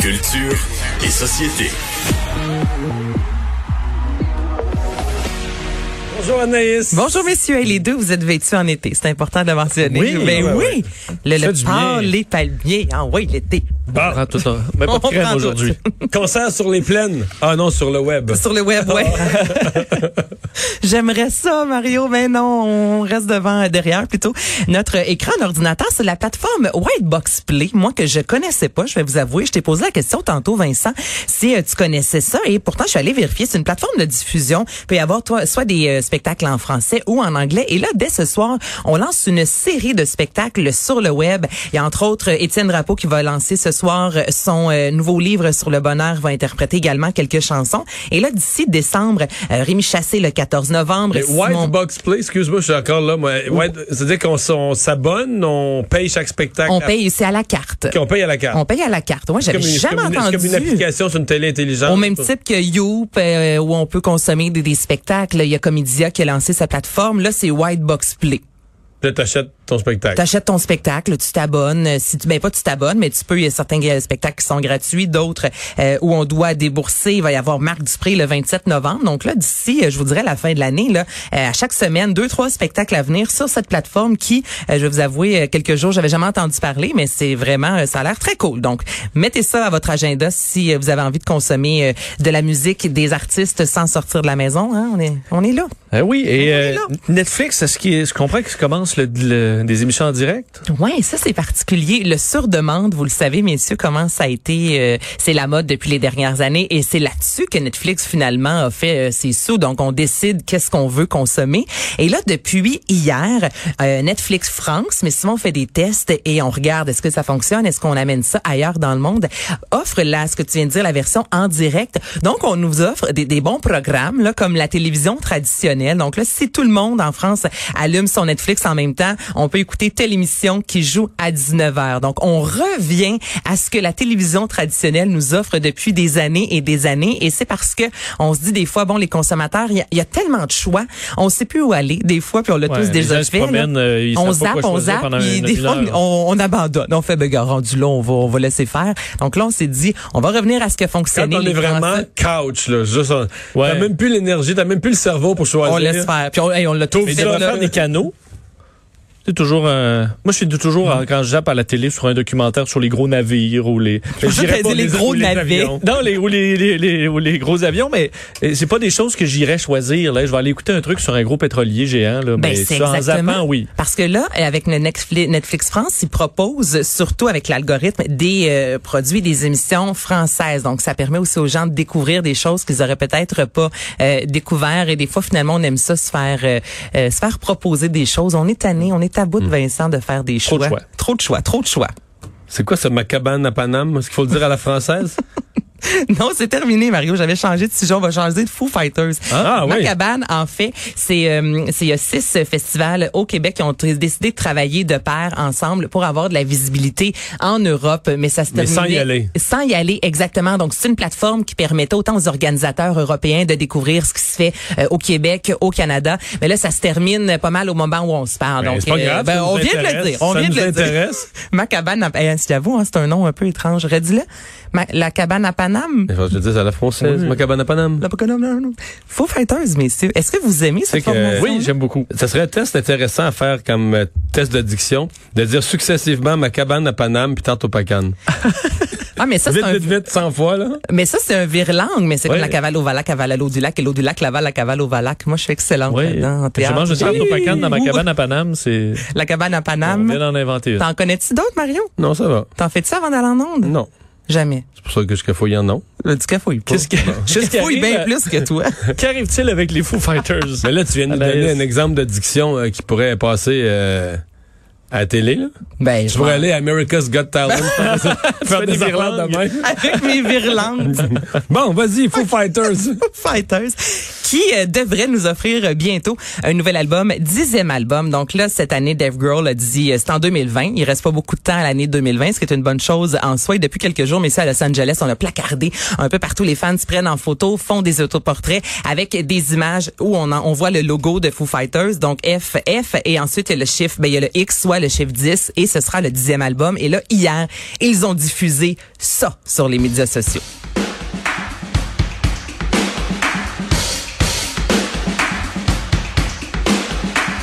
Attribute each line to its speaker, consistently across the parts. Speaker 1: Culture et société.
Speaker 2: Bonjour Anaïs.
Speaker 3: Bonjour messieurs, et les deux, vous êtes vêtus en été. C'est important de le mentionner.
Speaker 2: Oui,
Speaker 3: ben
Speaker 2: ouais, ouais.
Speaker 3: oui. Le,
Speaker 2: Ça fait
Speaker 3: le
Speaker 2: du
Speaker 3: port,
Speaker 2: bien.
Speaker 3: les palmiers. Ah oui, l'été.
Speaker 2: Bon,
Speaker 4: prend tout un- ben, pas
Speaker 3: On
Speaker 4: de crème
Speaker 3: prend tout.
Speaker 4: aujourd'hui.
Speaker 2: concert sur les plaines. Ah non, sur le web.
Speaker 3: Sur le web, ouais.
Speaker 2: Ah.
Speaker 3: J'aimerais ça, Mario, mais non, on reste devant, euh, derrière plutôt. Notre écran d'ordinateur, c'est la plateforme Whitebox Play, moi que je connaissais pas, je vais vous avouer. Je t'ai posé la question tantôt, Vincent, si euh, tu connaissais ça, et pourtant je suis allée vérifier. C'est une plateforme de diffusion. Il peut y avoir toi, soit des euh, spectacles en français ou en anglais. Et là, dès ce soir, on lance une série de spectacles sur le web. Il y a entre autres euh, Étienne Drapeau qui va lancer ce soir euh, son euh, nouveau livre sur le bonheur, va interpréter également quelques chansons. Et là, d'ici décembre, euh, Rémi Chassé le 14 novembre,
Speaker 2: Mais White
Speaker 3: Simon-
Speaker 2: Box Play, excuse-moi, je suis encore là. Moi, White- c'est-à-dire qu'on s- on s'abonne, on paye chaque spectacle.
Speaker 3: on
Speaker 2: à-
Speaker 3: paye, c'est à la carte.
Speaker 2: qu'on paye à la carte.
Speaker 3: On paye à la carte. Moi,
Speaker 2: C'est
Speaker 3: j'avais
Speaker 2: comme une- c'est
Speaker 3: jamais
Speaker 2: comme une-
Speaker 3: entendu.
Speaker 2: C'est comme une application sur une télé intelligente.
Speaker 3: Au même titre que Youp, euh, où on peut consommer des, des spectacles. Il y a Comédia qui a lancé sa plateforme. Là, c'est White Box Play.
Speaker 2: Là, t'achètes ton spectacle.
Speaker 3: T'achètes ton spectacle, tu t'abonnes. Euh, Si tu, ben pas tu t'abonnes, mais tu peux. Il y a certains euh, spectacles qui sont gratuits, d'autres euh, où on doit débourser. Il va y avoir Marc Dupré le 27 novembre. Donc là, d'ici, euh, je vous dirais la fin de l'année, là, euh, à chaque semaine, deux trois spectacles à venir sur cette plateforme qui, euh, je vais vous avouer, euh, quelques jours, j'avais jamais entendu parler, mais c'est vraiment, euh, ça a l'air très cool. Donc, mettez ça à votre agenda si euh, vous avez envie de consommer euh, de la musique des artistes sans sortir de la maison. hein. On est, on est là.
Speaker 4: Ah oui, et
Speaker 3: est
Speaker 4: euh,
Speaker 3: là.
Speaker 4: Netflix, est-ce qu'il je comprends que commence le, le- des émissions en direct?
Speaker 3: Ouais, ça c'est particulier. Le sur-demande, vous le savez, messieurs, comment ça a été, euh, c'est la mode depuis les dernières années et c'est là-dessus que Netflix finalement a fait euh, ses sous. Donc on décide qu'est-ce qu'on veut consommer. Et là, depuis hier, euh, Netflix France, mais souvent on fait des tests et on regarde est-ce que ça fonctionne, est-ce qu'on amène ça ailleurs dans le monde, offre là ce que tu viens de dire, la version en direct. Donc on nous offre des, des bons programmes là comme la télévision traditionnelle. Donc là, si tout le monde en France allume son Netflix en même temps, on peut écouter telle émission qui joue à 19h. Donc, on revient à ce que la télévision traditionnelle nous offre depuis des années et des années. Et c'est parce que on se dit des fois, bon, les consommateurs, il y, a- il y a tellement de choix. On sait plus où aller des fois, puis on l'a
Speaker 4: Ouais,
Speaker 3: tous
Speaker 4: les
Speaker 3: déjà
Speaker 4: gens se
Speaker 3: fait. là.
Speaker 4: promènent, euh, ils savent pas
Speaker 3: on zappe,
Speaker 4: quoi
Speaker 3: on
Speaker 4: choisir
Speaker 3: zappe,
Speaker 4: pendant
Speaker 3: puis
Speaker 4: une-
Speaker 3: des
Speaker 4: une
Speaker 3: fois,
Speaker 4: heure.
Speaker 3: on, on abandonne. On fait, ben, gars, rendu là, on va, on va laisser faire. Donc là, on s'est dit, on va revenir à ce que
Speaker 2: Quand
Speaker 3: fonctionnait
Speaker 2: on
Speaker 3: les
Speaker 2: est vraiment
Speaker 3: Français.
Speaker 2: couch, là, juste, en-
Speaker 4: Ouais.
Speaker 2: t'as même plus l'énergie, t'as même plus le cerveau pour choisir.
Speaker 3: On laisse faire. Puis on, hey, on l'a tout
Speaker 2: T'ouvres
Speaker 4: Mais
Speaker 3: fait.
Speaker 4: de
Speaker 2: ça,
Speaker 3: là.
Speaker 4: faire des canaux. C'est toujours un- Moi, je suis toujours, euh, quand je zappe à la télé sur un documentaire sur les gros navires ou les... Je
Speaker 3: pensais que
Speaker 4: dirais
Speaker 3: t'allais dire les gros
Speaker 4: ou
Speaker 3: navets.
Speaker 4: avions. Non, les, ou, les, les, les- ou les gros avions, mais euh, c'est pas des choses que j'irais choisir. Là. Je vais aller écouter un truc sur un gros pétrolier géant. Là, mais
Speaker 3: Ben, c'est
Speaker 4: ça, en
Speaker 3: exactement.
Speaker 4: zappant, oui.
Speaker 3: Parce que là, avec le Netflix, Netflix France, ils proposent surtout avec l'algorithme des euh, produits, des émissions françaises. Donc, ça permet aussi aux gens de découvrir des choses qu'ils auraient peut-être pas euh, découvert. Et des fois, finalement, on aime ça se faire euh, euh, se faire proposer des choses. On est tanné, on est à bout de Vincent de faire des
Speaker 4: Trop de
Speaker 3: choix.
Speaker 4: choix.
Speaker 3: Trop de choix, trop de choix.
Speaker 2: C'est quoi ce macabane à Paname? Est-ce qu'il faut le dire à la française?
Speaker 3: Non, c'est terminé, Mario. J'avais changé de sujet. On va changer de Foo Fighters.
Speaker 2: Ah, oui.
Speaker 3: Macabane, en fait, c'est euh, c'est- il y a six euh, festivals au Québec qui ont t- décidé de travailler de pair ensemble pour avoir de la visibilité en Europe, mais ça se
Speaker 2: Mais sans
Speaker 3: terminait-
Speaker 2: y aller.
Speaker 3: Sans y aller, exactement. Donc, c'est une plateforme qui permettait autant aux organisateurs européens de découvrir ce qui se fait euh, au Québec, au Canada. Mais là, ça se termine pas mal au moment où on se parle.
Speaker 2: Ben,
Speaker 3: Donc,
Speaker 2: c'est pas grave,
Speaker 3: ben,
Speaker 2: ça nous
Speaker 3: on vient de le
Speaker 2: intéresse.
Speaker 3: dire. On
Speaker 2: Ça
Speaker 3: vient de
Speaker 2: nous
Speaker 3: le dire.
Speaker 2: intéresse.
Speaker 3: Macabane, à- eh, j'avoue, hein, c'est un nom un peu étrange. Redis-le. Ma- La cabane à Paname.
Speaker 2: Je vais te le dire à la française, macabane à Paname.
Speaker 3: La Bacana- non, non. Faux fighters, messieurs. Est-ce que vous aimez
Speaker 2: C'est
Speaker 3: cette
Speaker 2: que-
Speaker 3: formation?
Speaker 4: Oui, j'aime beaucoup.
Speaker 2: Ça serait un test intéressant à faire comme euh, test de diction, de dire successivement ma cabane à Paname puis tantôt pacane.
Speaker 3: Ah, mais ça, c'est
Speaker 2: Vite,
Speaker 3: un,
Speaker 2: vite, vite, 100 fois, là.
Speaker 3: mais ça, c'est un virlangue, mais c'est
Speaker 2: Ouais.
Speaker 3: comme la cavale au valac, cavale à l'eau du lac, et l'eau du lac, laval, la cavale au valac. Moi, je suis excellente
Speaker 4: Oui.
Speaker 3: là-dedans, en
Speaker 4: Je
Speaker 3: théâtre.
Speaker 4: mange une tarte
Speaker 3: Oui.
Speaker 4: au pacane dans ma
Speaker 3: Ouh.
Speaker 4: cabane à Paname. C'est...
Speaker 3: La cabane à
Speaker 4: On vient
Speaker 3: Paname.
Speaker 4: d'en inventer une.
Speaker 3: T'en connais-tu d'autres, Mario?
Speaker 2: Non, ça va.
Speaker 3: T'en fais-tu avant d'aller en onde?
Speaker 2: Non.
Speaker 3: Jamais. Euh,
Speaker 2: C'est pour ça que je cafouille en non.
Speaker 3: Le du cafouille pas.
Speaker 4: Qu'est-ce qui- qu'est-ce qui
Speaker 3: Cafouille
Speaker 4: arrive
Speaker 3: bien
Speaker 4: à-
Speaker 3: plus que toi.
Speaker 4: Qu'arrive-t-il avec les Foo Fighters?
Speaker 2: Mais là, tu viens de nous
Speaker 4: Anaïs.
Speaker 2: donner un exemple de diction euh, qui pourrait passer euh, à la télé, là.
Speaker 3: ben,
Speaker 2: Tu pourrais
Speaker 3: vais-
Speaker 2: aller à America's Got Talent. faire des- faire
Speaker 4: fais
Speaker 2: des
Speaker 4: des
Speaker 2: affaires de
Speaker 4: virlangues.
Speaker 2: même.
Speaker 3: Avec mes virlangues.
Speaker 2: Bon, vas-y, Foo Fighters.
Speaker 3: Fighters. qui euh, devrait nous offrir euh, bientôt un nouvel album, dixième album. Donc là, cette année, Dave Grohl a dit, euh, c'est en 2020. Il reste pas beaucoup de temps à l'année 2020, ce qui est une bonne chose en soi. Et depuis quelques jours, mais ça, à Los Angeles, on a placardé un peu partout. Les fans se prennent en photo, font des autoportraits avec des images où on, en- on voit le logo de Foo Fighters. Donc F, F. Et ensuite, il y a le chiffre, ben, il y a le X, soit le chiffre 10. Et ce sera le dixième album. Et là, hier, ils ont diffusé ça sur les médias sociaux.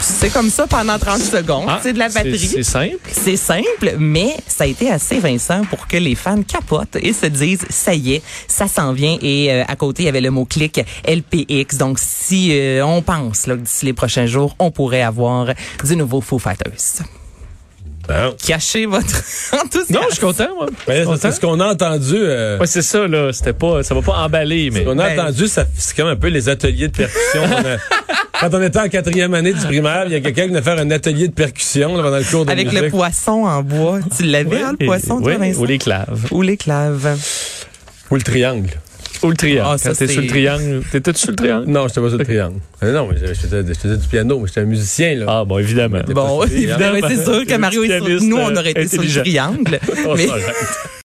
Speaker 3: C'est comme ça pendant 30 secondes.
Speaker 4: Ah,
Speaker 3: c'est de la batterie.
Speaker 4: C'est simple.
Speaker 3: C'est simple, mais ça a été assez, Vincent, pour que les fans capotent et se disent, ça y est, ça s'en vient. Et euh, à côté, il y avait le mot-clic LPX. Donc, si euh, on pense là, que d'ici les prochains jours, on pourrait avoir du nouveau Foo Fighters.
Speaker 2: Bon.
Speaker 3: Cachez votre enthousiasme.
Speaker 4: Non, je suis content, moi. Je
Speaker 2: Mais
Speaker 4: suis
Speaker 2: Ben, c'est-
Speaker 4: content.
Speaker 2: c'est ce qu'on a entendu. euh,
Speaker 4: Ouais, c'est ça, là. C'était pas, ça va pas emballer, mais.
Speaker 2: On a
Speaker 3: Ben-
Speaker 2: entendu, ça- c'est comme un peu les ateliers de percussion. qu'on a- Quand on était en quatrième année du primaire, il y a quelqu'un qui venait faire un atelier de percussion là, pendant le cours de
Speaker 3: Avec le
Speaker 2: musique.
Speaker 3: poisson en bois. Tu l'avais, hein, le
Speaker 4: Et-
Speaker 3: poisson, toi,
Speaker 4: oui,
Speaker 3: Vincent?
Speaker 4: ou les claves.
Speaker 3: Ou l'éclave.
Speaker 2: Ou le triangle.
Speaker 4: Ou le triangle.
Speaker 3: Ah, ça,
Speaker 4: Quand t'es
Speaker 3: c'est-
Speaker 4: sur le triangle. T'étais sur le triangle?
Speaker 2: Non, j'étais pas sur le triangle. Euh, Non, mais je, je faisais, je faisais du piano, mais j'étais un musicien. Là.
Speaker 4: Ah, bon, évidemment.
Speaker 3: Bon,
Speaker 2: possible, hein.
Speaker 3: évidemment, c'est sûr que
Speaker 4: Le
Speaker 3: Mario est sur...
Speaker 4: pianiste,
Speaker 3: Nous, on
Speaker 4: euh,
Speaker 3: aurait été sur le
Speaker 4: intelligent.
Speaker 3: triangle.
Speaker 4: Oh,
Speaker 3: mais-
Speaker 4: ça, arrête.